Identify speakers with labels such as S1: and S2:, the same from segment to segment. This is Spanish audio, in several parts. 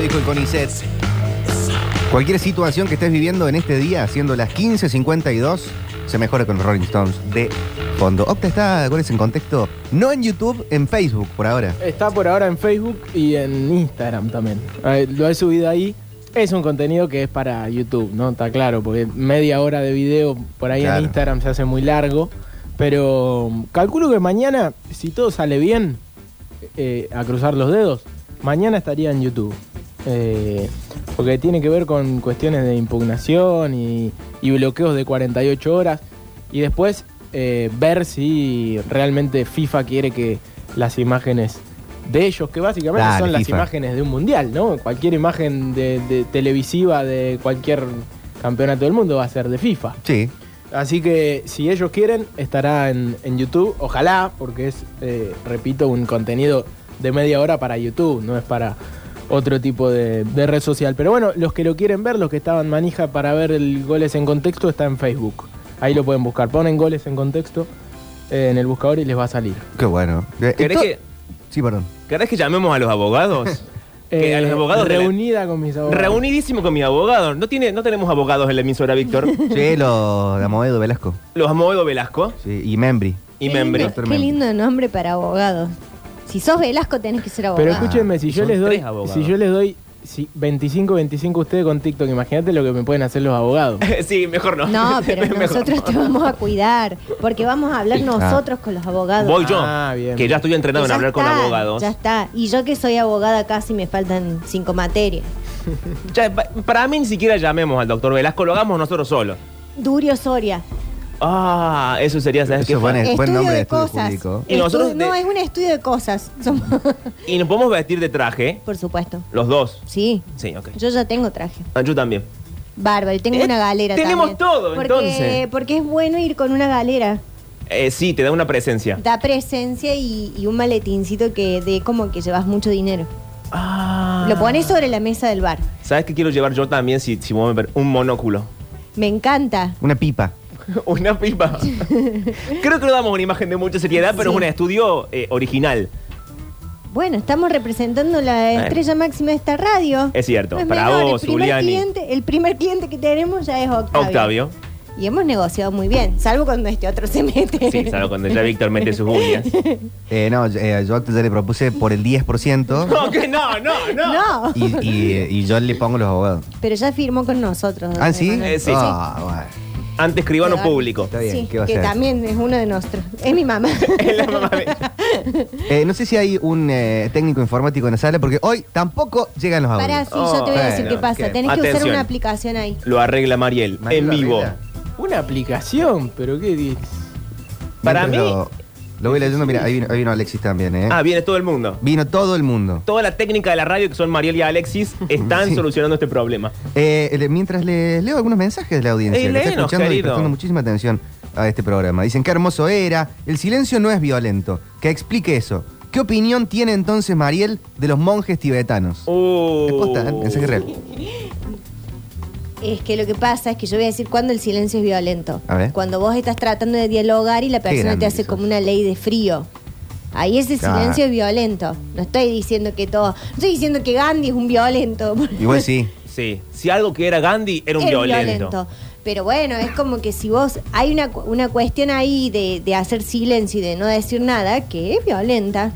S1: dijo el CONICET. Cualquier situación que estés viviendo en este día, siendo las 15.52, se mejora con los Rolling Stones de fondo. Octa está, goles en contexto, no en YouTube, en Facebook por ahora.
S2: Está por ahora en Facebook y en Instagram también. Eh, Lo he subido ahí. Es un contenido que es para YouTube, ¿no? Está claro, porque media hora de video por ahí
S1: Claro.
S2: en Instagram se hace muy largo. Pero mm, calculo que mañana, si todo sale bien, eh, a cruzar los dedos, mañana estaría en YouTube. Eh, porque tiene que ver con cuestiones de impugnación y, y bloqueos de 48 horas. Y después eh, ver si realmente FIFA quiere que las imágenes de ellos, que básicamente
S1: Dale,
S2: son las
S1: FIFA.
S2: imágenes de un mundial, ¿no? Cualquier imagen de- de televisiva de cualquier campeonato del mundo va a ser de FIFA.
S1: Sí.
S2: Así que si ellos quieren, estará en, en YouTube. Ojalá, porque es, eh, repito, un contenido de media hora para YouTube, no es para otro tipo de, de red social. Pero bueno, los que lo quieren ver, los que estaban manija para ver el goles en contexto, está en Facebook. Ahí lo pueden buscar. Ponen goles en contexto eh, en el buscador y les va a salir.
S1: Qué bueno. Eh,
S3: ¿Querés
S1: esto-
S3: que,
S1: Sí, perdón.
S3: ¿Querés que llamemos a los abogados? Que a
S4: Eh,
S3: los abogados de la-
S2: Eh, Reunida con mis abogados.
S3: Reunidísimo con mi abogado. No, tiene, no tenemos abogados en la emisora, Víctor.
S1: Sí, lo de Amoedo Velasco
S3: Los Amoedo Velasco
S1: sí, y Membri.
S3: y
S4: Qué
S3: Membri.
S4: lindo- Qué lindo nombre para abogados. Si sos Velasco tenés que ser
S2: Pero
S4: abogado.
S2: escúchenme, si yo
S3: Son
S2: les doy,
S3: tres abogados.
S2: si yo les doy si 25, 25 ustedes con TikTok, imagínate lo que me pueden hacer los abogados.
S3: sí, mejor no.
S4: No, pero
S3: Mejor
S4: nosotros te vamos a cuidar, porque vamos a hablar nosotros con los abogados.
S3: Voy yo,
S2: Ah, bien.
S3: que ya estoy entrenado en
S4: Ya
S3: hablar con
S4: está,
S3: abogados.
S4: Ya
S3: Ya.
S4: está. Y yo que soy abogada casi me faltan cinco materias.
S3: pa- para mí ni siquiera llamemos al doctor Velasco, lo hagamos nosotros solos.
S4: Durio Soria.
S3: Ah, eso sería, ¿sabes
S1: Eso
S3: qué?
S1: es bueno.
S3: Fa-
S1: Eh, buen
S4: estudio
S1: nombre de
S4: de
S1: estudio
S4: cosas.
S1: jurídico.
S3: Y nosotros
S4: Estu- No,
S3: de-
S4: es un estudio de cosas. Somos-
S3: Y nos podemos vestir de traje,
S4: Por supuesto.
S3: los dos.
S4: Sí.
S3: Sí, ok.
S4: Yo ya tengo traje.
S3: Ah, Yo también.
S4: Bárbaro, y tengo
S3: Eh,
S4: una galera
S3: tenemos
S4: también.
S3: todo,
S4: Porque-
S3: entonces.
S4: Porque es bueno ir con una galera.
S3: Eh, sí, te da una presencia.
S4: Da presencia y, y un maletincito que dé como que llevas mucho dinero.
S3: Ah.
S4: Lo pones sobre la mesa del bar.
S3: ¿Sabes qué quiero llevar yo también si, si vos me per- un monóculo?
S4: Me encanta.
S1: Una pipa.
S3: una pipa. Creo que no damos una imagen de mucha seriedad, pero
S4: Sí.
S3: es un estudio eh, original.
S4: Bueno, estamos representando la
S3: Bueno.
S4: estrella máxima de esta radio.
S3: Es cierto,
S4: No es
S3: para
S4: menor,
S3: vos,
S4: el primer,
S3: Zuliani. Ah,
S4: cliente, el primer cliente que tenemos ya es Octavio.
S3: Octavio.
S4: Y hemos negociado muy bien, salvo cuando este otro se mete.
S3: Sí, salvo cuando ya Víctor mete sus uñas.
S1: Eh, no, eh, yo ya le propuse por el 10%
S3: No, que no, no, no.
S4: No,
S1: y, y, eh, y yo le pongo los abogados.
S4: pero ya firmó con nosotros.
S1: ¿Ah, sí?
S4: Manuel.
S3: Eh, sí.
S1: Ah, bueno.
S3: Ante escribano
S4: Pero-
S3: público.
S1: Está bien,
S4: Sí,
S1: ¿qué va a
S4: que
S1: hacer?
S4: también es uno de nosotros. Es mi mamá.
S3: Es la mamá de-
S1: Eh, no sé si hay un eh, técnico informático en la sala porque hoy tampoco llegan los audios.
S4: Pará, sí, yo te voy a decir
S3: Oh,
S4: qué
S3: bueno,
S4: pasa.
S1: ok.
S4: Tenés que usar
S3: Atención.
S4: una aplicación ahí.
S3: Lo arregla Mariel,
S1: Mariel
S3: en
S1: lo
S3: vivo.
S1: arregla.
S2: Una aplicación, pero qué dices.
S3: Para mí-
S1: Lo, lo voy leyendo, mira, ahí vino, ahí vino Alexis también, ¿eh?
S3: Ah, viene todo el mundo.
S1: Vino todo el mundo.
S3: Toda la técnica de la radio, que son Mariel y Alexis, están solucionando este problema.
S1: Eh, le- mientras les leo algunos mensajes de la audiencia,
S3: Eh,
S1: que está
S3: léenos,
S1: escuchando y
S3: querido.
S1: prestando muchísima atención a este programa. Dicen qué hermoso era, el silencio no es violento. Que explique eso. ¿Qué opinión tiene entonces Mariel de los monjes tibetanos?
S3: Uh.
S1: Es posta, ¿eh? mensaje real.
S4: Es que lo que pasa es que yo voy a decir cuando el silencio es violento.
S1: A ver.
S4: Cuando vos estás tratando de dialogar y la persona
S1: grande
S4: te
S1: que
S4: hace
S1: sos.
S4: como una ley de frío. Ahí ese
S1: Claro.
S4: silencio es violento. No estoy diciendo que todo. No estoy diciendo que Gandhi es un violento.
S1: Igual sí.
S3: Sí, si algo que era Gandhi era un
S4: Es
S3: violento.
S4: Pero bueno, es como que si vos. Hay una, cu- una cuestión ahí de, de hacer silencio y de no decir nada que es violenta.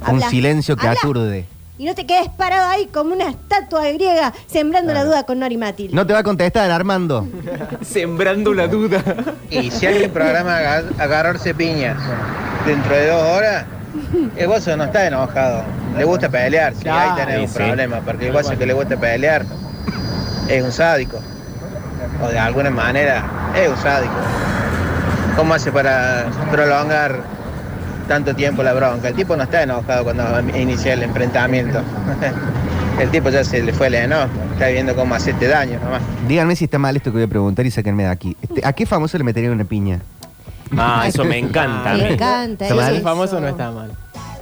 S1: Un
S4: Habla,
S1: silencio que
S4: habla.
S1: aturde.
S4: Y no te quedes parado ahí como una estatua griega sembrando la duda con Nori Matil.
S1: No te va a contestar, Armando.
S3: Sembrando la duda.
S5: Y si alguien programa aga- agarrarse piñas dentro de dos horas, el gozo no está enojado. Le gusta pelear, sí, ahí
S3: Claro,
S5: tenés un
S3: sí.
S5: problema, porque el gozo que le gusta pelear es un sádico. O de alguna manera es un sádico. ¿Cómo hace para prolongar tanto tiempo la bronca? El tipo no está enojado cuando inicia el enfrentamiento. El tipo ya se le fue el enojo, está viendo cómo hacerte daño nomás.
S1: Díganme si está mal esto que voy a preguntar y sáquenme de aquí. Este, ¿A qué famoso le metería una piña?
S3: Ah, eso me encanta.
S4: Me encanta.
S1: Está mal.
S2: El
S4: eso.
S2: famoso no está mal.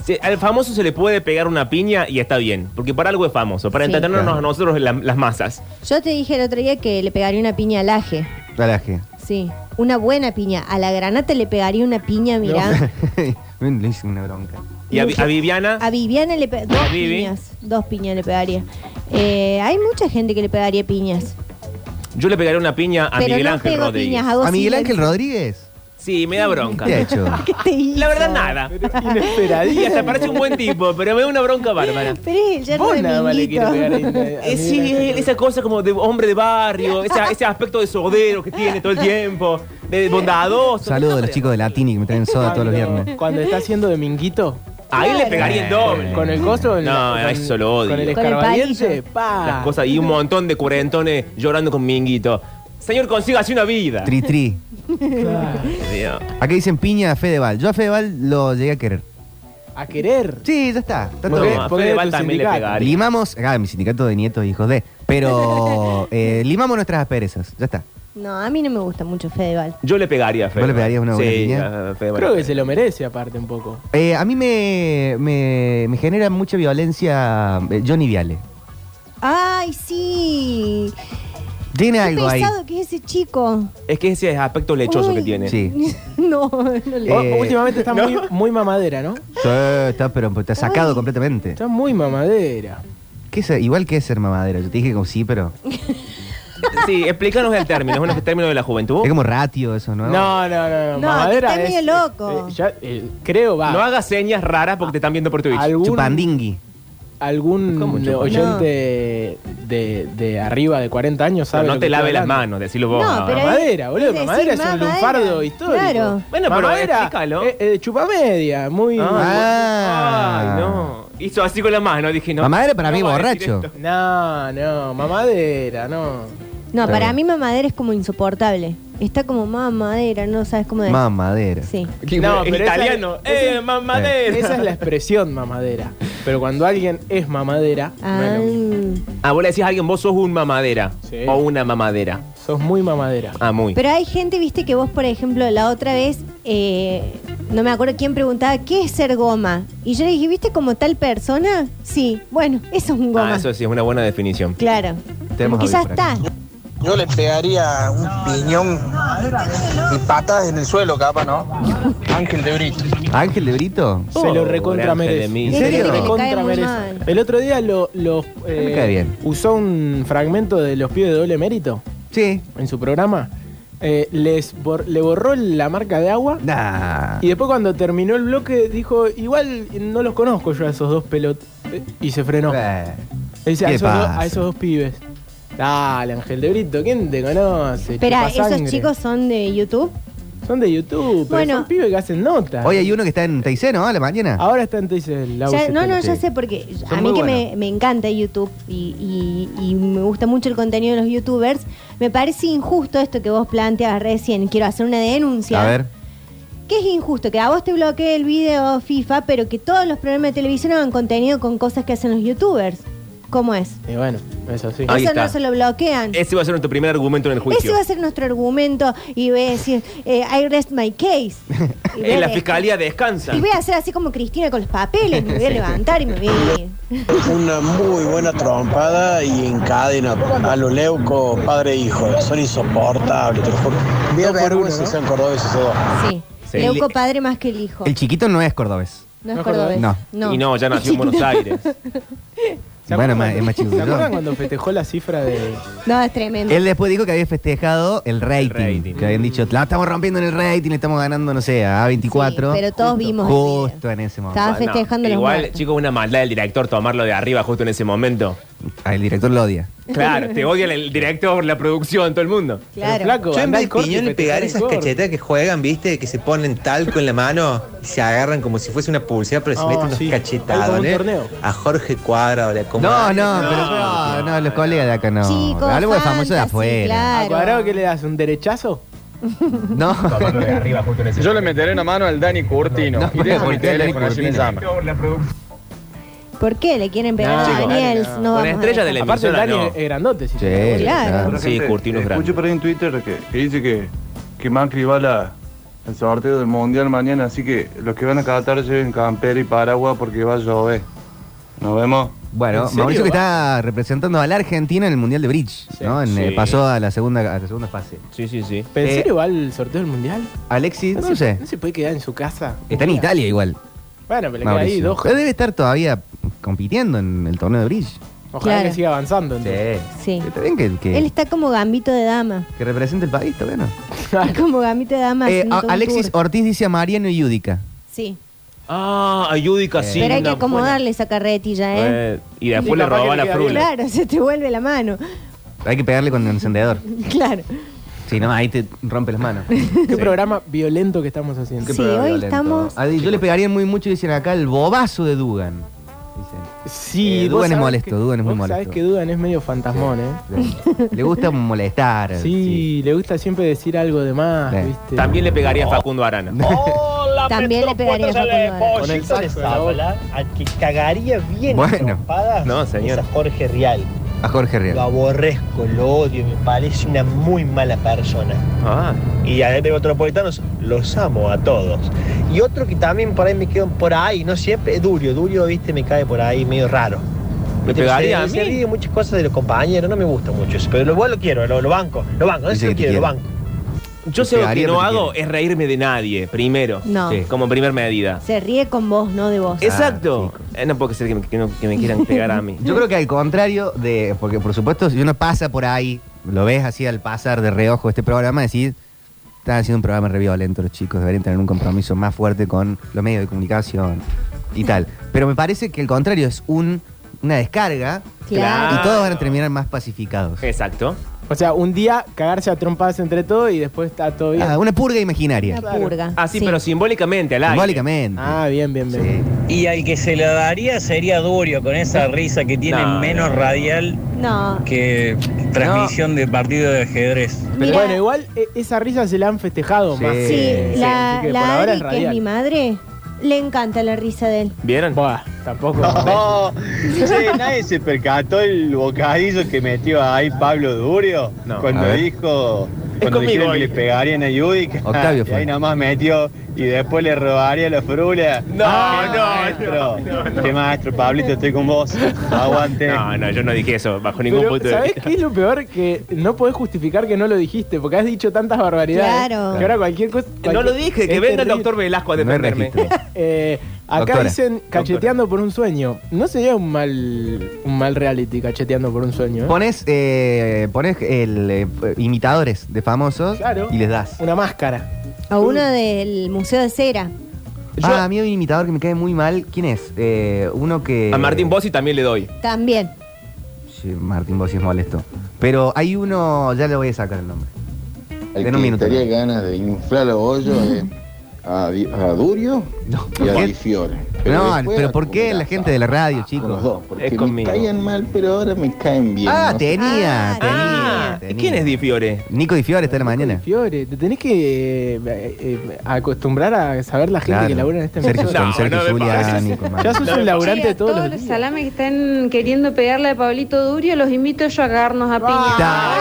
S3: Sí, al famoso se le puede pegar una piña y está bien, porque para algo es famoso, para
S4: Sí.
S3: entretenernos
S1: Claro.
S3: a nosotros la- las masas.
S4: Yo te dije el otro día que le pegaría una piña al aje.
S1: Garaje.
S4: Sí. Una buena piña. A la granata le pegaría una piña, mirá.
S1: le hice una bronca.
S3: Y a, Vi- a Viviana,
S4: A Viviana le pe- dos
S3: A Vivi.
S4: piñas. Dos piñas le pegaría. Eh, hay mucha gente que le pegaría piñas.
S3: yo le pegaré una piña a
S4: pero
S3: Miguel
S4: no
S3: Ángel
S4: pego
S3: Rodríguez.
S4: piñas. Hago
S1: ¿A Miguel
S4: silencio.
S1: Ángel Rodríguez?
S3: Sí, me da bronca.
S1: ¿Qué ha hecho?
S4: ¿Qué te hizo?
S3: La verdad, nada. Y
S2: Inesperadilla.
S3: hasta parece un buen tipo, pero me da una bronca bárbara.
S4: Pero es el yerno
S2: Vos
S4: de
S2: nada más le
S4: Minguito.
S2: quiere pegar a- a
S3: Eh, sí,
S2: Miguel Ángel.
S3: él, esa cosa como de hombre de barrio, esa- ese aspecto de sordero que tiene todo el tiempo, de bondadoso.
S1: Saludos a los chicos de Latini que me traen soda todos los
S2: Cuando-
S1: viernes.
S2: Cuando está haciendo de minguito,
S3: Ahí le pegaría el doble.
S2: con el coso. en
S3: Eh, No,
S2: la- con-
S3: eso lo odio.
S2: Con el
S4: Con el
S2: escarbadiente,
S4: palillo.
S2: pa.
S3: Las cosas y un montón de cuarentones llorando con minguito. Señor, consiga así una vida.
S1: Tri tri.
S2: Claro.
S3: Dios.
S1: Acá dicen piña a Fedeval. Yo a Fedeval lo llegué a querer.
S2: A querer.
S1: Sí, ya está. Está todo
S3: Porque-
S1: bien.
S3: a
S2: porque
S3: Fedeval
S2: es tu
S3: también le
S2: sindicato.
S3: pegaría.
S1: Limamos, acá mi sindicato de nietos e hijos de, pero eh, limamos nuestras asperezas, ya está.
S4: No, a mí no me gusta mucho Fedeval.
S3: Yo le pegaría a Fedeval.
S1: le pegarías una buena
S3: sí,
S1: piña?
S3: a Fedeval.
S2: Creo que se lo merece aparte un poco.
S1: Eh, a mí me, me, me genera mucha violencia eh, Johnny Viale.
S4: Ay, sí.
S1: Tiene
S4: Qué
S1: algo ahí.
S4: pesado que es ese chico.
S3: Es que ese aspecto lechoso
S4: Uy.
S3: que tiene.
S1: Sí.
S4: no, no le
S1: Eh,
S2: O- Oh, Últimamente está
S3: ¿no?
S2: muy, muy mamadera, ¿no?
S1: Sí, está, pero está sacado
S4: Ay.
S1: completamente.
S2: Está muy mamadera.
S1: ¿Qué es- igual que es ser mamadera. Yo te dije como sí, pero
S3: Sí, explícanos el término. ¿Es un término de la juventud?
S1: es como ratio eso, ¿no?
S2: No, no, no, no.
S4: Oh. No,
S2: mamadera
S4: está
S2: es-
S4: medio loco.
S2: eh, ya, eh, creo, va.
S3: No hagas señas raras porque te están viendo por Twitch.
S2: algún,
S1: Chupandingui.
S2: algún
S3: ¿Cómo chupa?
S2: oyente de, de arriba de 40 años
S3: Pero
S2: sabe.
S3: no
S2: lo
S3: te
S2: que
S3: lave
S2: estoy
S3: las
S2: hablando.
S3: manos, decilo vos.
S4: No, pero-
S2: Mamadera, boludo.
S4: Es decir,
S2: Mamadera es un
S4: mamadera.
S2: lunfardo histórico.
S4: Claro.
S3: Bueno, pero
S2: Mamadera,
S3: explícalo.
S2: eh, eh, chupamedia, muy.
S1: Ah.
S3: Ay, no. Hizo así con la mano, dije no.
S1: Mamadera para
S3: no
S1: mí
S3: va a decir
S1: borracho.
S3: esto.
S2: No, no, mamadera, no.
S4: No,
S1: Está
S4: para
S1: bien.
S4: mí mamadera es como insoportable. Está como mamadera, no sabes cómo decir.
S1: Mamadera.
S4: Sí.
S3: No,
S2: pero
S3: pero
S2: esa-
S3: italiano. eh, mamadera.
S2: Esa es la expresión mamadera. Pero cuando alguien es mamadera,
S4: Ah,
S2: bueno,
S3: Ah, vos le decís a alguien, vos sos un mamadera.
S2: Sí.
S3: O una mamadera.
S2: sos muy mamadera.
S3: Ah, muy.
S4: pero hay gente, viste, que vos, por ejemplo, la otra vez, eh, no me acuerdo quién preguntaba, ¿qué es ser goma? Y yo le dije, ¿viste como tal persona? Sí, bueno, eso es un goma.
S3: Ah, eso sí, es una buena definición.
S4: Claro.
S1: Tenemos
S4: Porque
S1: audio
S4: ya
S1: por
S4: está.
S1: acá.
S6: Yo le pegaría un piñón y patas en el suelo, capaz, ¿no? Ángel de Brito.
S1: Ángel de Brito.
S2: Se lo
S3: Pobre
S2: recontra
S3: Ángel de
S2: merece.
S3: mí.
S1: ¿En
S2: Se lo
S1: serio?
S2: recontra
S4: Le cae muy
S2: merece.
S4: mal.
S2: El otro día lo, los,
S1: me cae bien.
S2: usó un fragmento de los pibes de doble mérito
S1: Sí.
S2: en su programa. Eh, les bor- le borró la marca de agua.
S1: Nah.
S2: Y después cuando terminó el bloque dijo, igual no los conozco yo a esos dos pelot... eh, Y se frenó.
S1: Eh,
S2: Dice, a,
S1: ¿Qué
S2: esos dos,
S1: pasa?
S2: a esos dos pibes. Dale, Ángel de Brito, ¿quién te conoce?
S4: Espera,
S2: Chupa
S4: ¿esos
S2: sangre.
S4: chicos son de YouTube?
S2: Son de YouTube, pero
S4: Bueno.
S2: son pibes que hacen notas.
S1: Hoy hay uno que está en Teiceno, ¿no? A la mañana.
S4: Ah,
S2: Ahora está entonces la
S4: Ya-
S2: UCT.
S4: no, no, ya
S1: sí.
S4: sé porque
S1: Son
S4: a
S1: muy
S4: mí que me,
S1: buenos.
S4: me encanta YouTube y, y- y me gusta mucho el contenido de los youtubers, me parece injusto esto que vos planteas recién. Quiero hacer una denuncia.
S1: A ver.
S4: Que es injusto que a vos te bloquee el video FIFA, pero que todos los programas de televisión hagan contenido con cosas que hacen los youtubers. ¿Cómo es?
S2: Y bueno, eso sí.
S3: Ahí
S4: Eso
S3: está.
S4: no se lo bloquean.
S3: Ese va a ser nuestro primer argumento en el
S4: Ese
S3: juicio.
S4: va a ser nuestro argumento y voy a decir, eh, I rest my case. Y voy a
S3: En la
S4: dejar-
S3: fiscalía descansa.
S4: Y voy a hacer así como Cristina con los papeles, me voy a levantar y me voy a ir.
S6: Una muy buena trompada y en cadena a lo leuco, padre e hijo. Son insoportables, te lo juro. Dos por uno, si sean cordobeses esos dos.
S4: Sí.
S3: Sí.
S4: Leuco padre más que el hijo.
S1: El chiquito no es cordobés.
S4: no es cordobés.
S1: No.
S3: Y no, ya nació en Buenos Aires.
S2: ¿Se
S1: Bueno,
S2: acuerdan-
S1: ma- es más chico que
S2: ¿Se
S1: yo.
S2: acuerdan cuando festejó la cifra de
S4: No, es tremendo.
S1: Él después dijo que había festejado el rating.
S3: rating.
S1: Que habían dicho, la estamos rompiendo en el rating, le estamos ganando, no sé, a
S4: Sí,
S1: A24.
S4: pero todos vimos el video.
S1: Justo en ese momento.
S4: Estaba Ah, festejando
S3: No,
S4: los
S3: Igual,
S4: muertos.
S3: chicos, una maldad del director tomarlo de arriba justo en ese momento.
S1: Ah, el director lo odia.
S3: Claro, te odia el director, la producción, todo el mundo.
S2: Pero,
S4: Claro.
S2: flaco?
S7: Yo en
S2: andá
S7: vez
S2: al
S7: de
S2: corte y
S7: piñón le
S2: festejá
S7: pegar
S2: en
S7: esas
S2: corte.
S7: cachetas que juegan, ¿viste? Que se ponen talco en la mano y se agarran como si fuese una pulsera, pero se
S2: Ah,
S7: meten unos
S2: sí. Algo como un
S7: cachetadones.
S2: torneo.
S7: A Jorge Cuadra o la como.
S1: No, no, pero no, no, los colegas de acá no.
S4: Chicos,
S1: Algo de famoso de
S4: fantasy,
S1: afuera.
S2: ¿A
S4: claro.
S2: cuadrado qué le das? ¿Un derechazo?
S1: No.
S3: Tomarlo de arriba justo en ese
S8: Yo le meteré una mano al Dani Curtino
S1: No,
S8: y dejo mi
S1: porque Dani
S8: teléfono así me
S1: Curtino.
S8: llama.
S4: ¿Por qué le quieren pegar
S2: No,
S4: a
S2: chicos,
S4: Daniel?
S2: no.
S4: No, vamos
S3: Una estrella
S4: a
S3: de la
S2: Aparte el
S3: emisora,
S2: Dani eh,
S3: no.
S2: es grandote. Sí.
S1: Che,
S4: Claro.
S1: claro.
S3: Sí, Curtino es grande.
S9: Escucho por ahí en Twitter que, que dice que, que Macri va a la- al sorteo del Mundial mañana, así que los que van a Qatar lleven campera y paraguas porque va a llover. Nos vemos.
S1: Bueno,
S2: ¿En serio,
S1: Mauricio que
S2: va?
S1: está representando a la Argentina en el Mundial de Bridge, ¿no? En, eh,
S3: Sí.
S1: pasó a la segunda a la segunda fase.
S3: Sí, sí, sí.
S2: ¿Pero en
S1: Eh,
S2: serio va al sorteo del mundial?
S1: Alexis, no
S2: se,
S1: sé.
S2: no se puede quedar en su casa.
S1: Está en
S2: Mira.
S1: Italia igual.
S2: Bueno, pero le queda ahí
S1: Mauricio.
S2: dos.
S1: Pero debe estar todavía compitiendo en el torneo de bridge.
S2: Ojalá
S4: Claro.
S2: que siga avanzando. entonces.
S4: Sí.
S1: Está bien que, que-
S4: Él está como gambito de dama.
S1: que represente el país, está bueno.
S4: Es como gambito de dama.
S1: Eh,
S4: haciendo
S1: a-
S4: todo un
S1: Alexis
S4: tour.
S1: Ortiz dice a Mariano y Yudica.
S4: Sí.
S3: Ah, ayúdica, sí.
S4: Pero hay que
S3: una
S4: acomodarle esa carretilla, ¿eh?
S3: buena- Eh, y después
S2: Y
S3: le
S2: capaz que
S3: roba
S2: le
S3: la
S2: queda
S3: frula.
S4: Claro, se te vuelve la mano.
S1: Hay que pegarle con el encendedor.
S4: Claro.
S1: Si no, ahí te rompe las manos.
S2: Qué programa violento que estamos haciendo.
S4: Qué Sí, hoy estamos-
S1: Ah, Yo le pegaría muy mucho, dicen acá, el bobazo de Dugan.
S2: Sí,
S1: Eh,
S2: vos
S1: Dugan es
S2: sabés
S1: molesto,
S2: que-
S1: Dugan es muy
S2: vos
S1: molesto.
S2: Sabés que Dugan es medio fantasmón, ¿eh?
S1: Dicen. Le gusta molestar.
S2: Sí, le gusta siempre decir algo de más,
S1: Sí.
S2: ¿viste?
S3: También le pegaría a Facundo Arana.
S4: También le pegaría a
S5: Eh,
S4: Facundo Arana.
S2: Con el saxo, la voz.
S5: Al que cagaría bien
S1: Bueno.
S5: a trompadas
S3: No, señor.
S5: es a Jorge Real.
S1: A Jorge
S5: Lo
S1: Real.
S5: aborrezco, lo odio, me parece una muy mala persona.
S3: Ah,
S5: Y a de metropolitanos los amo a todos. Y otro que también por ahí me quedo por ahí, no siempre, es Durio, Durio, viste, me cae por ahí medio raro.
S3: ¿Me
S5: Viste,
S3: pegaría a
S5: se- se
S3: mí?
S5: ríe muchas cosas de los compañeros, no me gusta mucho eso, pero lo, igual lo quiero, lo, lo banco, lo banco,
S1: Dice
S5: eso lo
S1: que te
S5: quiero, lo
S1: quiere.
S5: banco.
S3: Yo
S1: Te
S3: sé lo
S1: pegaría,
S3: que
S1: pero
S3: no
S1: te
S3: hago es reírme de nadie, primero.
S4: No. Ah,
S3: Sí, Como primer medida.
S4: Se ríe con vos, no de vos.
S3: Exacto. Eh, no puede ser que me, que no- que me quieran pegar a mí.
S1: Yo creo que al contrario de. Porque, por supuesto, si uno pasa por ahí, lo ves así al pasar de reojo este programa, decís. Están haciendo un programa re violento los chicos, deberían tener un compromiso más fuerte con los medios de comunicación y tal. Pero me parece que el contrario es un, una descarga
S4: Claro.
S1: y todos van a terminar más pacificados.
S3: Exacto.
S2: O sea, un día cagarse a trompadas entre todos y después está todo bien.
S1: Ah, una purga imaginaria.
S4: Una purga.
S3: Así, Ah, pero simbólicamente, al aire.
S1: Simbólicamente.
S2: Ah, bien, bien, bien.
S1: Sí.
S6: Y al que se la daría sería Durio, con esa risa que tiene
S3: No,
S6: menos
S3: no.
S6: radial
S4: No.
S6: que transmisión de partido de ajedrez.
S2: Pero
S4: Mira.
S2: bueno, igual e- esa risa se la han festejado
S1: Sí.
S2: más.
S1: Eh,
S4: Sí,
S2: Sí,
S4: la,
S2: así que
S4: la
S2: por ahora es
S4: Adri, que es
S2: radial.
S4: mi madre, le encanta la risa de él.
S3: ¿Vieron?
S2: Buah, tampoco.
S6: nadie se percató el bocadillo que metió ahí Pablo Durio
S3: No.
S1: A
S6: cuando
S1: ver.
S6: dijo
S3: conmigo eh.
S6: cuando dijeron
S3: hoy.
S6: que le pegarían a Yudica
S1: Octavio
S6: y
S1: fue.
S6: ahí nomás metió y después le robaría la frula.
S3: No, no,
S6: maestro, qué maestro, Pablito, estoy con vos. Aguante.
S3: No, no, yo no dije eso, bajo ningún
S2: Pero,
S3: punto de
S2: ¿Sabés
S3: vista.
S2: qué es lo peor? Que no podés justificar que no lo dijiste, porque has dicho tantas barbaridades.
S4: Claro.
S2: Que ahora cualquier cosa.
S3: No
S2: cualquier-
S3: lo dije, que
S2: Este es
S3: venga el
S2: terrible.
S3: doctor Velasco a
S1: No hay
S3: defenderme.
S1: registro.
S2: Eh, acá
S1: Doctora.
S2: dicen cacheteando por un sueño. No sería un mal, un mal reality cacheteando por un sueño. ¿eh?
S1: Pones, eh, pones el, eh, imitadores de famosos
S2: Claro.
S1: y les das.
S2: Una máscara.
S4: A uno
S2: Uh.
S4: del Museo de Cera.
S1: Ah, a mí hay un imitador que me cae muy mal. ¿Quién es? Eh, uno que.
S3: A Martín Bossi también le doy.
S4: También.
S1: Sí, Martín Bossi es molesto. Pero hay uno, ya le voy a sacar el nombre.
S10: El
S1: En
S10: que
S1: un minuto.
S10: estaría ganas de inflar los hoyos es a, Di- a Durio
S1: No,
S10: y a
S1: ¿por qué?
S10: Di Fiore.
S1: No,
S10: después
S1: pero
S10: a
S1: ¿por qué
S10: comer
S1: la gente de la radio,
S10: asado Ah, con
S1: chicos?
S10: los dos, porque
S3: Es
S10: me
S3: conmigo.
S10: caían mal, pero ahora me caen bien.
S1: Ah,
S10: ¿no?
S1: tenía,
S4: Ah,
S1: tenía,
S3: Ah, ¿y
S1: tenía.
S3: ¿Quién es Di Fiore?
S1: Nico Di Fiore está de la mañana.
S2: Fiore, te tenés que eh, eh, acostumbrar a saber la gente
S1: Claro.
S2: que labura en este
S1: Sergio,
S2: momento.
S1: Sol,
S3: No,
S1: Sergio
S3: no me
S1: Zulia,
S3: parece.
S1: Nico Mario. Ah,
S2: Ya sos un laburante de todos, los días.
S11: salames que están queriendo pegarle a Pablito Durio, los invito yo a agarrarnos a
S1: Está.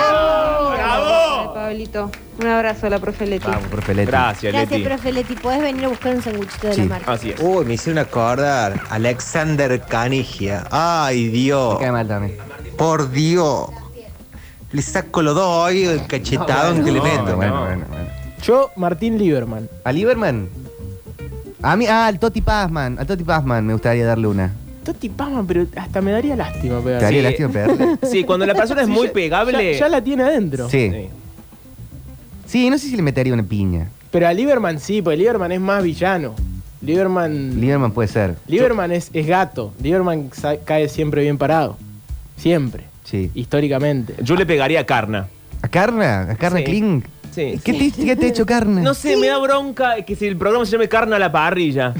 S11: ¡Bravo! Pablito, un abrazo a la profe Leti.
S1: Vamos por Pelete.
S3: Gracias,
S4: Gracias,
S3: Leti.
S4: profe Leti. Podés venir a buscar un sanguchito de
S1: Sí.
S4: la marca.
S3: Así es.
S7: Uy, me hicieron acordar. Alexander Canigia. Ay, Dios.
S1: Me cae mal también.
S7: Por Dios. Le saco los dos hoy el cachetadón que le
S3: no,
S7: meto.
S1: bueno,
S3: no.
S1: bueno, bueno.
S2: Yo, Martín Lieberman.
S1: ¿A Lieberman? A mí, ah, al Toti Pazman. Al Toti Pazman me gustaría darle una.
S2: Toti Pazman, pero hasta me daría lástima
S1: ¿Te
S2: pegar.
S1: daría
S3: Sí.
S1: lástima pegarle?
S3: Sí, cuando la persona es
S2: Sí,
S3: muy
S2: ya-
S3: pegable.
S2: Ya, ya la tiene adentro.
S1: Sí.
S3: Sí.
S1: Sí, no sé si le metería una piña.
S2: Pero a Lieberman sí, porque Lieberman es más villano. Lieberman.
S1: Lieberman puede ser.
S2: Lieberman es, es gato. Lieberman sa- cae siempre bien parado. Siempre.
S1: Sí.
S2: Históricamente.
S3: Yo le pegaría a Carna.
S1: ¿A Carna? ¿A Carna
S3: Sí.
S1: Kling?
S3: Sí.
S1: ¿Qué, Te, qué te ha hecho Carna?
S3: No sé, me da bronca que si el programa se llame Carna a la parrilla.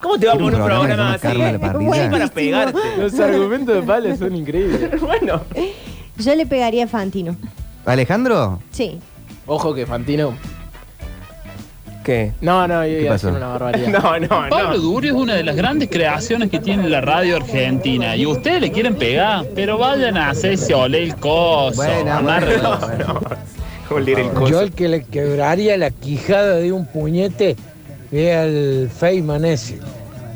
S3: ¿Cómo te va a
S1: Era un
S3: poner un programa
S1: programa que se llama
S3: así?
S1: Carna a la parrilla.
S3: Sí, para pegarte.
S2: Los argumentos de Pala son increíbles.
S3: Bueno.
S2: Ah.
S4: Yo le pegaría a Fantino.
S1: ¿Alejandro?
S4: Sí.
S2: Ojo que Fantino.
S3: ¿Qué?
S2: No, no, yo
S1: ¿Qué
S2: iba a decir
S1: pasó?
S2: una barbaridad.
S3: No, no,
S12: Pablo
S3: no.
S12: Durio es una de las grandes creaciones que tiene la radio argentina y ustedes le quieren pegar, pero vayan a hacerse ole el coso.
S1: Bueno,
S12: amárrenlo.
S1: bueno, bueno.
S3: Oler el coso.
S6: el que le quebraría la quijada de un puñete es al Feynman ese.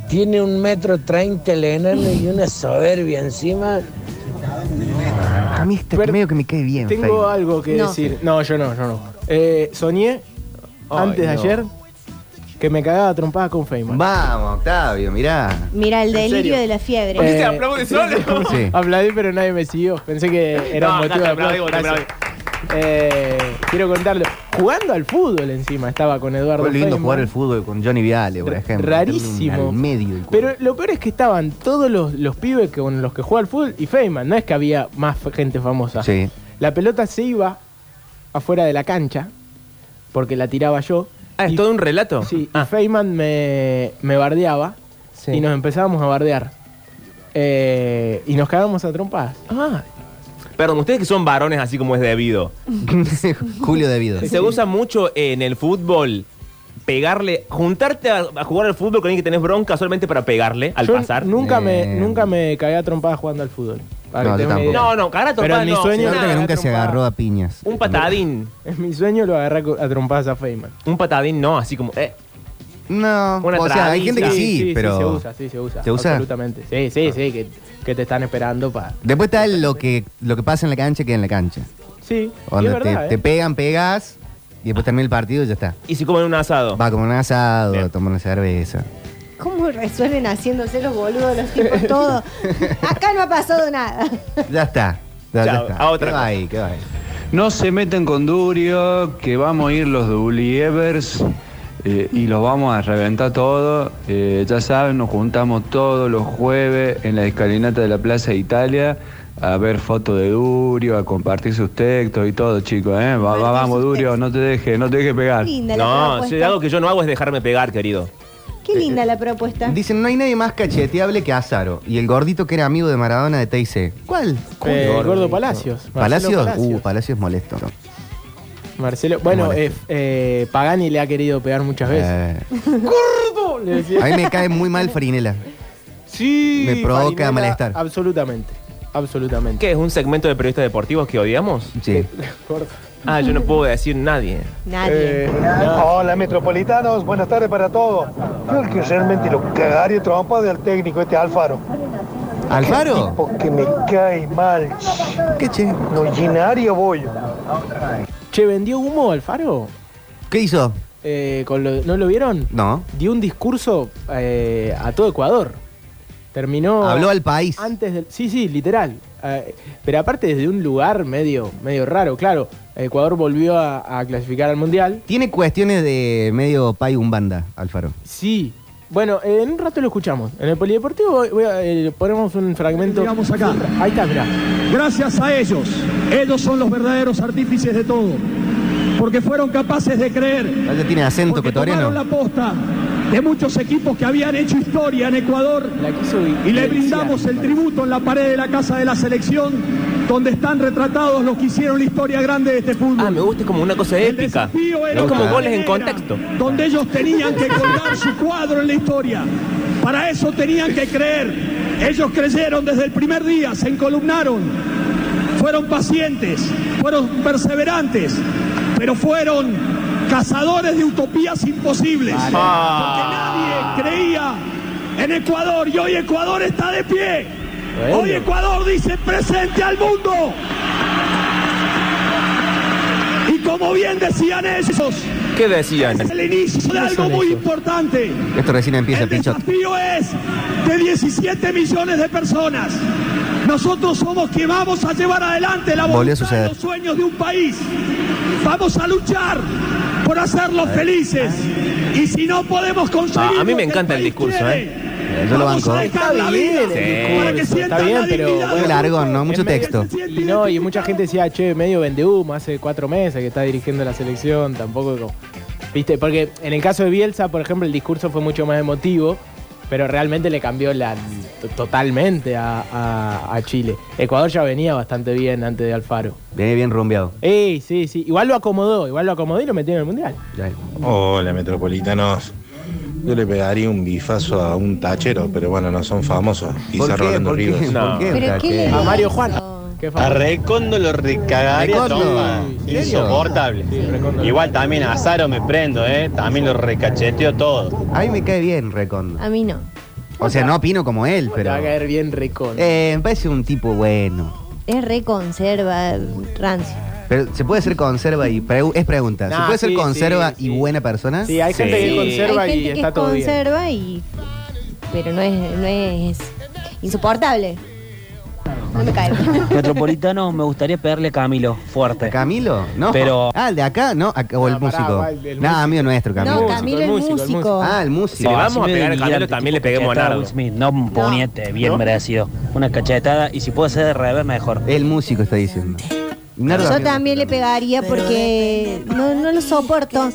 S6: Tiene un metro treinta el enano y una soberbia encima.
S1: A mí este
S2: Pero-
S1: medio que me cae bien.
S2: Tengo
S1: Feynman.
S2: algo que
S4: No.
S2: decir. No, yo no, yo no. Eh, soñé
S3: Ay,
S2: antes de
S3: no.
S2: ayer que me cagaba trompada con Feynman.
S1: Vamos, Octavio, mirá.
S4: Mira, el
S2: ¿En serio?
S4: delirio de la fiebre.
S2: Eh,
S1: Sí.
S2: Aplaudí, pero nadie me siguió. Pensé que era
S3: No,
S2: un motivo
S3: acá
S2: de
S3: te aplaudí,
S2: aplauso.
S3: te aplaudí.
S2: Gracias. Eh, quiero contarlo. Jugando al fútbol encima estaba con Eduardo
S1: Fue lindo
S2: Feynman.
S1: jugar el fútbol con Johnny Viale, por ejemplo.
S2: rarísimo.
S1: Al medio. el cu-
S2: Pero lo peor es que estaban todos los, los pibes con los que jugaba al fútbol y Feynman. No es que había más f- gente famosa.
S1: Sí.
S2: La pelota se iba afuera de la cancha porque la tiraba yo.
S3: Ah, ¿es todo un Ah. relato?
S2: Sí, y Feynman me, me bardeaba y nos empezábamos a bardear. Eh, y nos cagábamos a trompadas. Ah,
S3: Perdón, ustedes que son varones así como es debido.
S1: Julio Debido.
S3: Se usa mucho en el fútbol pegarle, juntarte a, a jugar al fútbol con alguien que tenés bronca solamente para pegarle al
S2: Yo
S3: pasar.
S2: Nunca, me, nunca me cagué a trompadas jugando al fútbol. Para
S1: Eh. No, yo
S2: que tengan una idea.
S3: No, no, cagar a
S2: Pero
S3: trompadas
S2: en mi
S3: no,
S2: sueño,
S1: Aparte que nunca se agarró a piñas.
S3: un patadín.
S2: en mi sueño lo agarré a trompadas a Feynman.
S3: Un patadín no, así como, eh,
S1: No,
S3: Una
S1: o sea, hay gente que
S3: tradita.
S1: sí, pero.
S2: se usa, sí, se usa.
S1: ¿Se usa?
S2: Absolutamente. Sí, sí, sí, que, que te están esperando para.
S1: Después está el- lo que, lo que pasa en la cancha, queda en la cancha.
S2: Sí, y
S1: Onda,
S2: es verdad.
S1: te,
S2: ¿eh?
S1: te pegan, pegas, y después termina el partido y ya está.
S3: y si comen un asado.
S1: Va como un asado, toma una cerveza.
S4: ¿Cómo resuelven haciéndose los boludos los tipos todo? Acá no ha pasado nada.
S1: Ya está. Ya, ya
S3: Chao,
S1: está.
S3: a otra
S1: ¿Qué va
S3: cosa.
S1: ahí? ¿Qué va ahí?
S13: No se metan con Durio, que vamos a ir los Dulievers eh, y los vamos a reventar todo. Eh, ya saben, nos juntamos todos los jueves en la escalinata de la Plaza de Italia a ver fotos de Durio, a compartir sus textos y todo, chicos. ¿eh? Va- va- vamos, Durio, no te dejes, no te dejes
S2: Ah,
S13: pegar.
S4: Linda la
S3: No,
S4: propuesta.
S3: si algo que yo no hago es dejarme pegar, querido.
S4: Qué linda la propuesta.
S1: Dicen, no hay nadie más cacheteable que Azaro. Y el gordito que era amigo de Maradona de TIC. ¿Cuál?
S2: Eh, Gordo Palacios.
S1: ¿Palacios?
S2: Marcelo
S1: Uh, Palacios es molesto.
S2: Marcelo, bueno, eh, eh, Pagani le ha querido pegar muchas veces.
S1: este. Eh,
S2: ¡Gordo! Le decía.
S1: a mí me cae muy mal Farinela.
S2: Sí.
S1: me provoca
S2: Farinella,
S1: malestar.
S2: Absolutamente. Absolutamente.
S3: ¿Qué es un segmento de periodistas deportivos que odiamos?
S1: Sí.
S2: Gordo.
S3: Ah, yo no puedo decir nadie.
S2: eh,
S4: Nadie.
S14: Eh, Hola metropolitanos, buenas tardes para todos. Yo el que realmente lo cagaría trompa del técnico este Alfaro. Qué
S1: ¿Alfaro?
S14: tipo que me cae mal.
S1: ¿Qué che?
S14: No llenaría bollo.
S2: Che, ¿vendió humo Alfaro?
S1: ¿Qué hizo?
S2: Eh, con lo- ¿No lo vieron?
S1: No.
S2: Dio un discurso eh, a todo Ecuador. Terminó.
S1: Habló al país.
S2: Antes del. Sí, sí, literal. Eh, pero aparte desde un lugar medio, medio raro, claro. Ecuador volvió a, a clasificar al Mundial.
S1: Tiene cuestiones de medio pay un banda, Alfaro.
S2: Sí. Bueno, eh, en un rato lo escuchamos. En el Polideportivo voy- voy a, eh, ponemos un fragmento.
S15: Llegamos acá.
S2: Ahí está, mirá.
S15: Gracias a ellos, ellos son los verdaderos artífices de todo. Porque fueron capaces de creer,
S1: Ah, Ya tiene acento
S15: porque tomaron la
S1: ecuatoriano.
S15: posta de muchos equipos que habían hecho historia en Ecuador
S2: La quiso
S15: y le
S2: evidenciar.
S15: brindamos el tributo en la pared de la casa de la selección, donde están retratados los que hicieron la historia grande de este fútbol.
S3: Ah, me gusta es como una cosa
S15: El
S3: épica.
S15: desafío era
S3: Es como
S15: una
S3: goles en
S15: bandera,
S3: contexto.
S15: Donde ellos tenían que colgar su cuadro en la historia. Para eso tenían que creer. Ellos creyeron desde el primer día, se encolumnaron. Fueron pacientes, fueron perseverantes, pero fueron cazadores de utopías imposibles.
S3: Ah.
S15: Porque nadie creía en Ecuador y hoy Ecuador está de pie.
S2: Bueno.
S15: Hoy Ecuador dice presente al mundo. Y como bien decían ellos,
S3: ¿Qué decían?
S15: es el inicio de algo muy importante.
S1: Esto recién empieza,
S15: El
S1: Pichot.
S15: desafío es de 17 millones de personas. Nosotros somos quienes vamos a llevar adelante la
S1: Volvió a
S15: voluntad de
S1: suceder.
S15: los sueños de un país. Vamos a luchar por hacerlos
S2: Eh,
S15: felices. Y si no podemos conseguir
S3: Ah, a mí
S15: lo
S3: me
S15: que
S3: encanta el
S15: país
S3: discurso,
S15: quiere,
S1: Eh, yo lo
S15: vamos
S1: banco.
S15: a dejar la
S2: Está bien
S15: vida
S2: el discurso,
S15: para que
S2: está
S15: sientan
S2: bien,
S15: la
S2: pero
S15: dignidad
S1: Muy
S15: del
S1: largo,
S15: pueblo.
S1: ¿no? Mucho
S2: En medio
S1: texto.
S2: Y no, y mucha gente decía, che, medio vende humo, hace cuatro meses que está dirigiendo la selección, tampoco como- Viste, porque en el caso de Bielsa, por ejemplo, el discurso fue mucho más emotivo, pero realmente le cambió la to- totalmente a, a- a Chile. Ecuador ya venía bastante bien antes de Alfaro.
S1: Viene bien rumbeado.
S2: Ey, sí, sí. Igual lo acomodó, igual lo acomodó y lo metió en el mundial.
S16: Hola, metropolitanos. Yo le pegaría un bifazo a un tachero, pero bueno, no son famosos. Quizá Rolando Rivas.
S1: ¿Por qué?
S4: Pero ¿qué le
S2: A
S4: digo?
S2: Mario Juan. Qué
S5: A
S2: famoso.
S5: Recondo lo recagaría
S1: Recondo.
S5: trompa.
S1: Sí, sí,
S5: Insoportable.
S2: Recondo.
S5: Igual también a Azaro me prendo, ¿eh? También lo recacheteo todo.
S1: A mí me cae bien Recondo.
S4: A mí no.
S1: O sea, no opino como él,
S2: Te
S1: pero.
S2: va a caer bien Recon.
S1: Eh, me parece un tipo bueno.
S4: Es reconserva, rancio.
S1: Pero ¿se puede ser conserva y pregu- es pregunta? ¿Se
S2: Nah,
S1: puede ser
S2: sí,
S1: conserva
S2: sí,
S1: y buena persona?
S2: Sí, hay gente que conserva
S4: Hay
S2: y
S4: gente que
S2: está
S4: es
S2: todo bien.
S4: conserva y. Pero no es, no es insoportable. No me cae.
S17: Metropolitano, me gustaría pegarle a Camilo, fuerte.
S1: ¿Camilo? No.
S17: Pero.
S1: Ah, el de acá, ¿no? Acá-
S2: Ah,
S1: o el músico.
S17: va, el- el
S1: no, amigo nuestro, Camilo.
S4: No, Camilo el músico.
S1: Ah, el músico.
S17: No, así me debilita el tipo cachetada Will Smith, No, un puñete, bien
S1: ¿No?
S17: merecido. Una cachetada y si puedo ser de revés, mejor.
S1: El músico está diciendo. Nardo.
S4: Yo también le pegaría porque no, no lo soporto.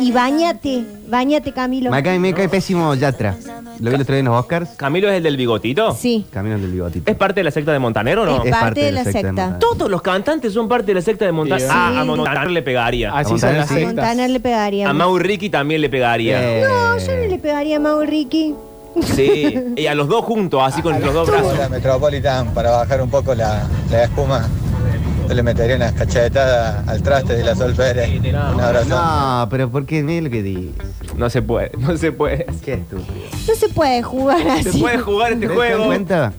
S4: Y bañate, bañate Camilo.
S1: Me cae, me cae pésimo Yatra. Lo vi el otro día en los Oscars.
S3: ¿Camilo es el del bigotito?
S4: Sí.
S1: Camilo es el del bigotito.
S3: ¿Es parte de la secta de Montanero o no?
S1: Es parte parte de de la la secta de secta. Montanero.
S3: Todos los cantantes son parte de la secta de Montanero.
S4: Sí.
S3: Ah, a Montanero le pegaría.
S1: Así son las
S4: A Montaner le pegaría.
S3: A Mau Ricky también le
S1: Eh.
S3: pegaría.
S4: No, yo no le pegaría a Mau Ricky.
S3: Sí. Y a los dos juntos, así con los dos brazos.
S18: La Metropolitan, para bajar un poco la, la espuma, yo le metería unas cachetadas al traste de la Sol Pérez. Un abrazo.
S1: No, pero ¿por qué? Mira lo que dice.
S3: No se puede, no se puede.
S1: Qué estúpido.
S4: No se puede jugar así.
S3: Se puede jugar este
S1: ¿Te
S3: juego.
S1: das cuenta?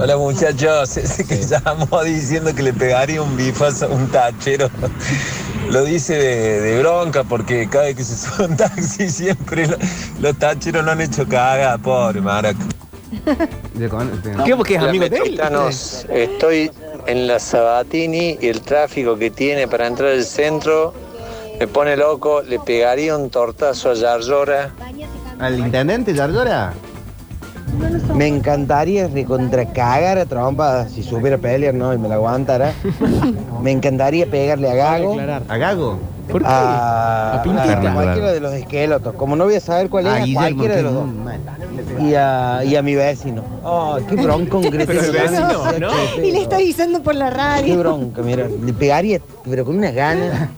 S7: Hola muchachos, ese que llamó diciendo que le pegaría un bifazo a un tachero. Lo dice de, de bronca porque cada vez que se sube un taxi siempre lo- los tacheros lo han hecho caga, pobre maraca.
S1: De con- de-
S3: ¿Qué? Porque es
S1: Hola,
S3: amigo de él.
S1: Metropolitanos,
S7: Estoy en la Sabatini y el tráfico que tiene para entrar al centro me pone loco. Le pegaría un tortazo a Yarlora.
S1: ¿Al intendente Yardora?
S19: Me encantaría recontra cagar a trompa si supiera pelear, ¿no? Y me la aguantara. me encantaría pegarle a Gago.
S1: ¿A Gago? ¿Por qué?
S19: A,
S1: A Pintita.
S19: a cualquiera de los esqueletos. Como no voy a saber cuál es,
S1: A
S19: a
S1: Guillermo,
S19: cualquiera de
S1: que
S19: los
S1: es
S19: dos.
S1: un mal.
S19: Y a, y a mi vecino. Oh, qué bronco un
S4: Pero el vecino, ¿no? Y le está avisando por la
S19: Qué
S4: radio.
S19: bronca, mira. Le pegaría, pero con unas ganas.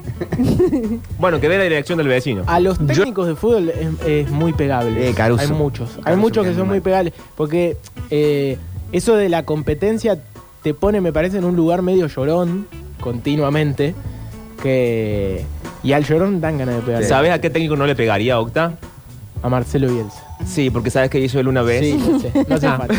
S3: Bueno, que dé la dirección del vecino.
S2: A los técnicos de fútbol es, es muy pegable.
S3: Eh, Caruso.
S2: Hay muchos. hay
S3: Caruso
S2: muchos
S3: que
S2: que
S3: es
S2: son
S3: muy
S2: muy pegables. Porque eh, eso de la competencia te pone, me parece, en un lugar medio llorón continuamente. Que. Y al llorón dan ganas de pegarle.
S3: ¿Sabes a qué técnico no le pegaría, Octa?
S2: A Marcelo Bielsa.
S3: Sí, porque sabes que hizo él una vez.
S2: Sí, lo sé, no hace
S3: Ah.
S2: falta.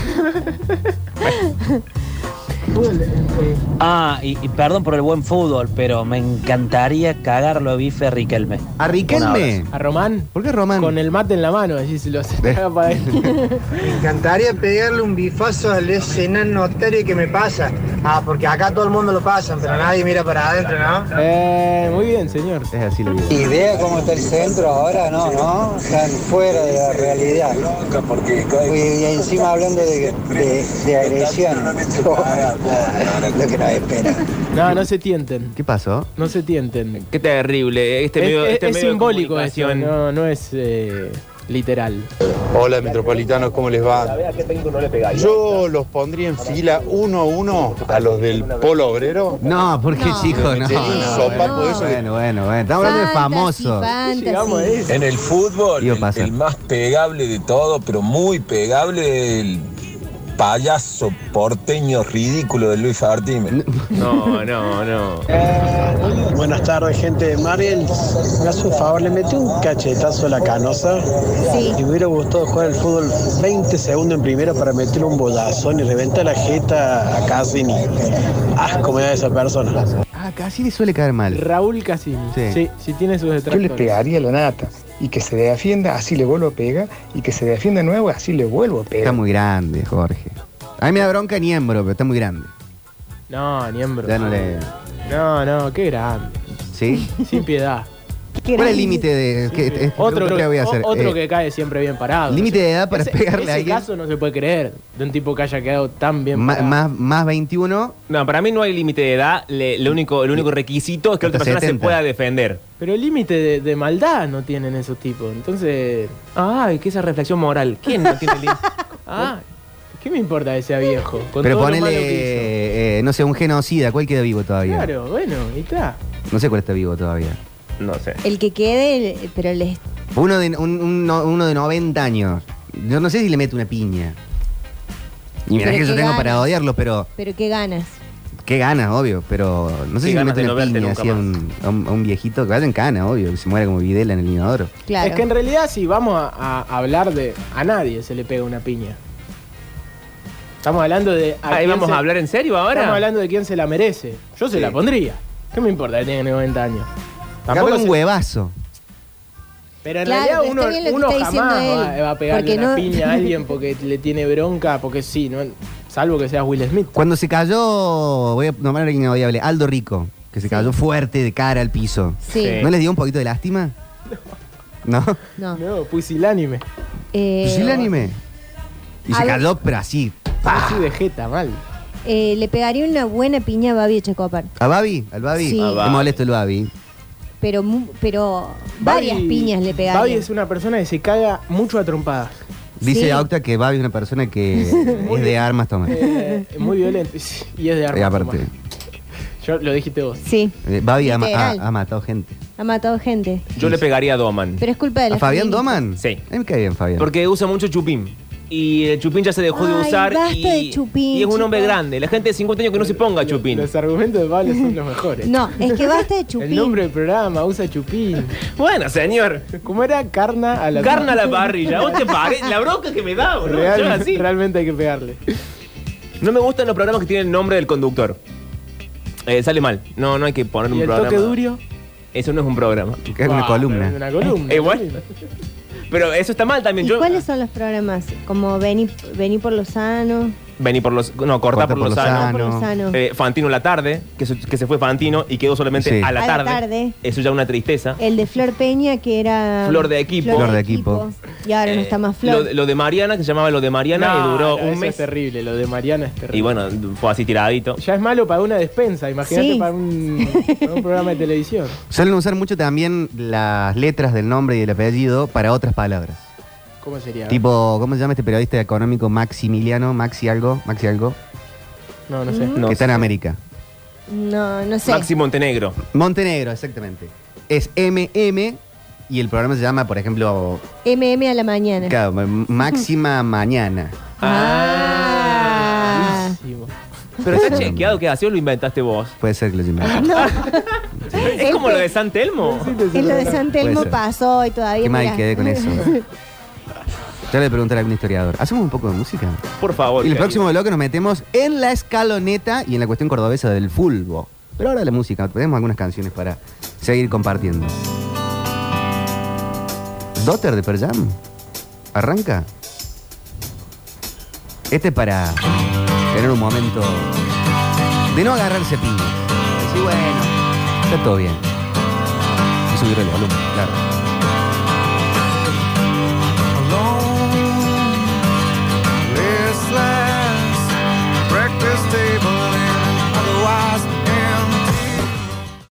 S17: Ah, y, y perdón por el buen fútbol, pero me encantaría cagarlo a bife a Riquelme.
S1: ¿A Riquelme?
S2: A Román.
S1: ¿Por qué Román?
S2: Con el mate en la mano, así se lo hace traga para adentro.
S20: Me encantaría pegarle un bifazo al ese enano Terry que me pasa. Ah, porque acá todo el mundo lo pasa, pero nadie mira para adentro, ¿no?
S2: Eh, muy bien, señor.
S1: Es así lo que
S20: Idea cómo está el centro ahora, no, no, están fuera de la realidad. Y encima hablando de, de, de agresión, lo que nos espera.
S2: No, no se tienten.
S1: ¿Qué pasó?
S2: No se tienten.
S3: Qué terrible. Este
S2: es
S3: medio,
S2: es-
S3: este
S2: es
S3: medio de
S2: simbólico eso,
S3: comunicación.
S2: no, no es eh, literal.
S21: Hola metropolitanos, ¿cómo les va?
S3: ¿Sabes a qué técnico no le ¿eh? pegaría?
S21: Yo los pondría en fila uno a uno a los del polo obrero.
S1: No, porque
S21: No.
S1: chico, no.
S21: Me metí un
S1: No,
S21: sopapo
S1: bueno,
S21: de eso que-
S1: bueno, bueno, bueno. Estamos hablando de famosos.
S7: En el fútbol,
S1: Iba a
S7: el-
S1: pasar.
S7: el, más pegable de todo, pero muy pegable, el payaso porteño ridículo de Luis Artime.
S3: No, no, no.
S6: Buenas tardes, gente. Mariel, me hace un favor, le metí un cachetazo a la canosa. Y me hubiera gustado jugar el fútbol 20 segundos en primera para meterle un bodazón y reventar la jeta a Cassini. Asco me da esa persona.
S1: Ah, casi le suele caer mal.
S2: Raúl Cassini.
S1: Sí.
S2: Sí. sí, tiene sus
S22: Yo le
S2: detractores.
S22: pegaría la nata y que se defienda, así le vuelvo a pegar, y que se defienda de nuevo, así le vuelvo a
S1: Está
S22: pegar.
S1: muy grande, Jorge. A mí me da bronca Niembro, pero está muy grande.
S2: No, Niembro.
S1: Ya no le.
S2: No, no, qué grande.
S1: ¿Sí?
S2: Sin piedad.
S1: ¿Cuál es el límite de.? que- es-
S2: Otro,
S1: pregunta que voy a
S2: o-
S1: hacer.
S2: otro
S1: Eh,
S2: que cae siempre bien parado.
S1: límite de edad para
S2: Ese-
S1: pegarle
S2: ese
S1: a alguien.
S2: caso no se puede creer de un tipo que haya quedado tan bien
S1: ma-
S2: parado.
S1: más, más 21.
S3: No, para mí no hay límite de edad. Le- lo único, el único requisito es que la otra
S1: Hasta
S3: persona
S1: 70.
S3: se pueda defender.
S2: Pero el límite de, de maldad no tienen esos tipos. Entonces, ay, que esa reflexión moral. ¿Quién no tiene límite? Ah, ¿qué me importa que sea viejo? Con
S1: Pero
S2: todo lo malo que
S1: ponele, eh, no sé, un genocida. ¿Cuál queda vivo
S2: hizo.
S1: todavía?
S2: Claro, bueno, y está.
S1: No sé cuál está vivo todavía.
S3: No sé.
S4: El que quede, el- pero les.
S1: Uno de, un- un- no- uno de 90 años. Yo no sé si le meto una piña. Y mira
S4: Pero
S1: que yo
S4: qué
S1: tengo
S4: ganas.
S1: para odiarlo, pero
S4: Pero qué ganas.
S1: qué ganas, obvio. Pero no sé si
S3: Qué
S1: le
S3: ganas
S1: meto
S3: de
S1: una
S3: no verte
S1: piña
S3: nunca
S1: así a un, a un- a un viejito que vaya en cana, obvio. Que se muera como Videla en el inodoro.
S4: Claro.
S2: Es que en realidad si vamos a, a hablar de... A nadie se le pega una piña. Estamos hablando de...
S3: Ahí
S2: quién
S3: Ah, vamos
S2: se-
S3: a hablar en serio ahora.
S2: Estamos hablando de quién se la merece. Yo se
S3: Sí.
S2: la pondría. ¿Qué me importa que tenga 90 años?
S1: Capaz
S2: Tampoco
S1: un
S2: se-
S1: huevazo.
S2: Pero en
S4: Claro, pero está bien
S2: realidad
S4: lo que
S2: uno, uno
S4: está diciendo
S2: jamás va,
S4: él,
S2: va a pegarle
S4: porque
S2: una
S4: no-
S2: piña a alguien porque le tiene bronca, porque sí, no, salvo que sea Will Smith.
S1: Cuando se cayó, voy a nombrar a alguien inaudible, Aldo Rico, que se cayó fuerte de cara al piso.
S4: Sí.
S1: ¿No les dio un poquito de lástima? ¿No?
S4: No.
S2: No, pues pusilánime.
S4: Eh,
S1: Pues el anime. Y
S4: a
S1: se
S4: ver.
S1: cayó, pero así.
S2: Así de jeta, mal.
S4: eh, le pegaría una buena piña a Babi Echecopar.
S1: ¿A Babi? ¿Al Babi?
S4: Sí. A
S1: Me
S4: Babi.
S1: molesto el Babi.
S4: Pero, mu- pero varias
S2: Babi-
S4: piñas le pegaría.
S2: Babi es una persona que se caga mucho a trompadas.
S1: Dice
S4: Sí.
S1: Octa que Babi es una persona que es de armas tomar.
S2: Eh, es muy violento. sí, Y es de
S1: Y
S2: arma.
S1: aparte,
S2: Yo lo dijiste vos.
S4: Sí,
S1: eh, Babi ha, ma-
S4: Literal.
S1: ha- ha matado gente.
S4: ha matado gente.
S3: Yo le pegaría a Doman.
S4: Pero es culpa de la
S1: ¿A Fabián
S4: familia.
S1: Doman?
S3: Sí.
S1: A mí me cae bien Fabián.
S3: Porque usa mucho chupín. Y el chupín ya se dejó de
S4: Ay,
S3: usar.
S4: basta
S3: y,
S4: de chupín,
S3: y es un hombre
S4: chicos.
S3: grande. La gente de 50 años que no se ponga chupín.
S2: Los argumentos de Pablo son los mejores.
S4: No, es que basta de
S2: El
S4: chupín.
S2: nombre del programa usa chupín.
S3: Bueno, señor.
S2: ¿Cómo era? Carna a la
S3: Carna a la parrilla. ¿Vos te parece? La bronca que me da, boludo.
S2: Real-
S3: Yo así.
S2: Realmente hay que pegarle.
S3: No me gustan los programas que tienen el nombre del conductor. Eh, sale mal. No, no hay que poner
S2: ¿Y
S3: un
S2: el
S3: programa.
S2: toque durio?
S3: Eso no es un programa.
S1: Que es una
S2: Ah,
S1: columna.
S2: Una columna.
S3: Eh, bueno. Pero eso está mal también.
S4: ¿Y
S3: Yo
S4: cuáles son los programas? Como Vení, Vení por lo sano.
S3: vení por los. No, cortá por, los
S4: sano.
S1: Ah,
S3: sano.
S4: Por lo sano.
S3: Eh, Fantino la tarde, que se, que se fue Fantino y quedó solamente
S1: Sí.
S3: a, la,
S4: A la
S3: tarde.
S4: tarde. Eh,
S3: Eso ya una tristeza.
S4: El de Flor Peña, que era.
S3: Flor de equipo.
S1: Flor de equipo.
S4: Y ahora no
S3: Eh,
S4: está más
S3: Lo,
S4: Flor.
S3: de- lo de Mariana, que se llamaba lo de Mariana, y
S2: No,
S3: duró
S2: no,
S3: un
S2: eso
S3: mes.
S2: Es terrible, lo de Mariana es terrible.
S3: Y bueno, fue así tiradito.
S2: Ya es malo para una despensa, imagínate
S4: Sí.
S2: para, un, para un programa de televisión.
S1: Suelen usar mucho también las letras del nombre y del apellido para otras palabras.
S2: ¿Cómo sería?
S1: Tipo, ¿cómo se llama este periodista económico Maximiliano? Maxi algo, Maxi algo,
S2: No, no sé.
S3: No
S1: que está
S3: sé.
S1: en América.
S4: No, no sé.
S3: Maxi Montenegro.
S1: Montenegro, exactamente. Es MM y el programa se llama, por ejemplo,
S4: MM a la mañana.
S1: claro, M- Máxima Mañana.
S4: Ah.
S2: Buenísimo.
S3: Pero está chequeado que así o lo inventaste vos.
S1: Puede ser que lo inventé.
S3: Es como lo
S4: Este.
S3: de San Telmo.
S4: Y lo de San Telmo
S1: Puede ser.
S4: pasó y todavía.
S1: Qué mal
S4: mirá.
S1: quedé con eso. Ya le preguntaré a algún historiador. ¿Hacemos un poco de música?
S3: Por favor.
S1: Y el
S3: querido.
S1: próximo bloque nos metemos en la escaloneta y en la cuestión cordobesa del fulbo. Pero ahora la música, tenemos algunas canciones para seguir compartiendo. Daughter de Pearl Jam. ¿Arranca? Este es para tener un momento de no agarrarse piñas. Decir, bueno, está todo bien. Y subir el volumen, claro.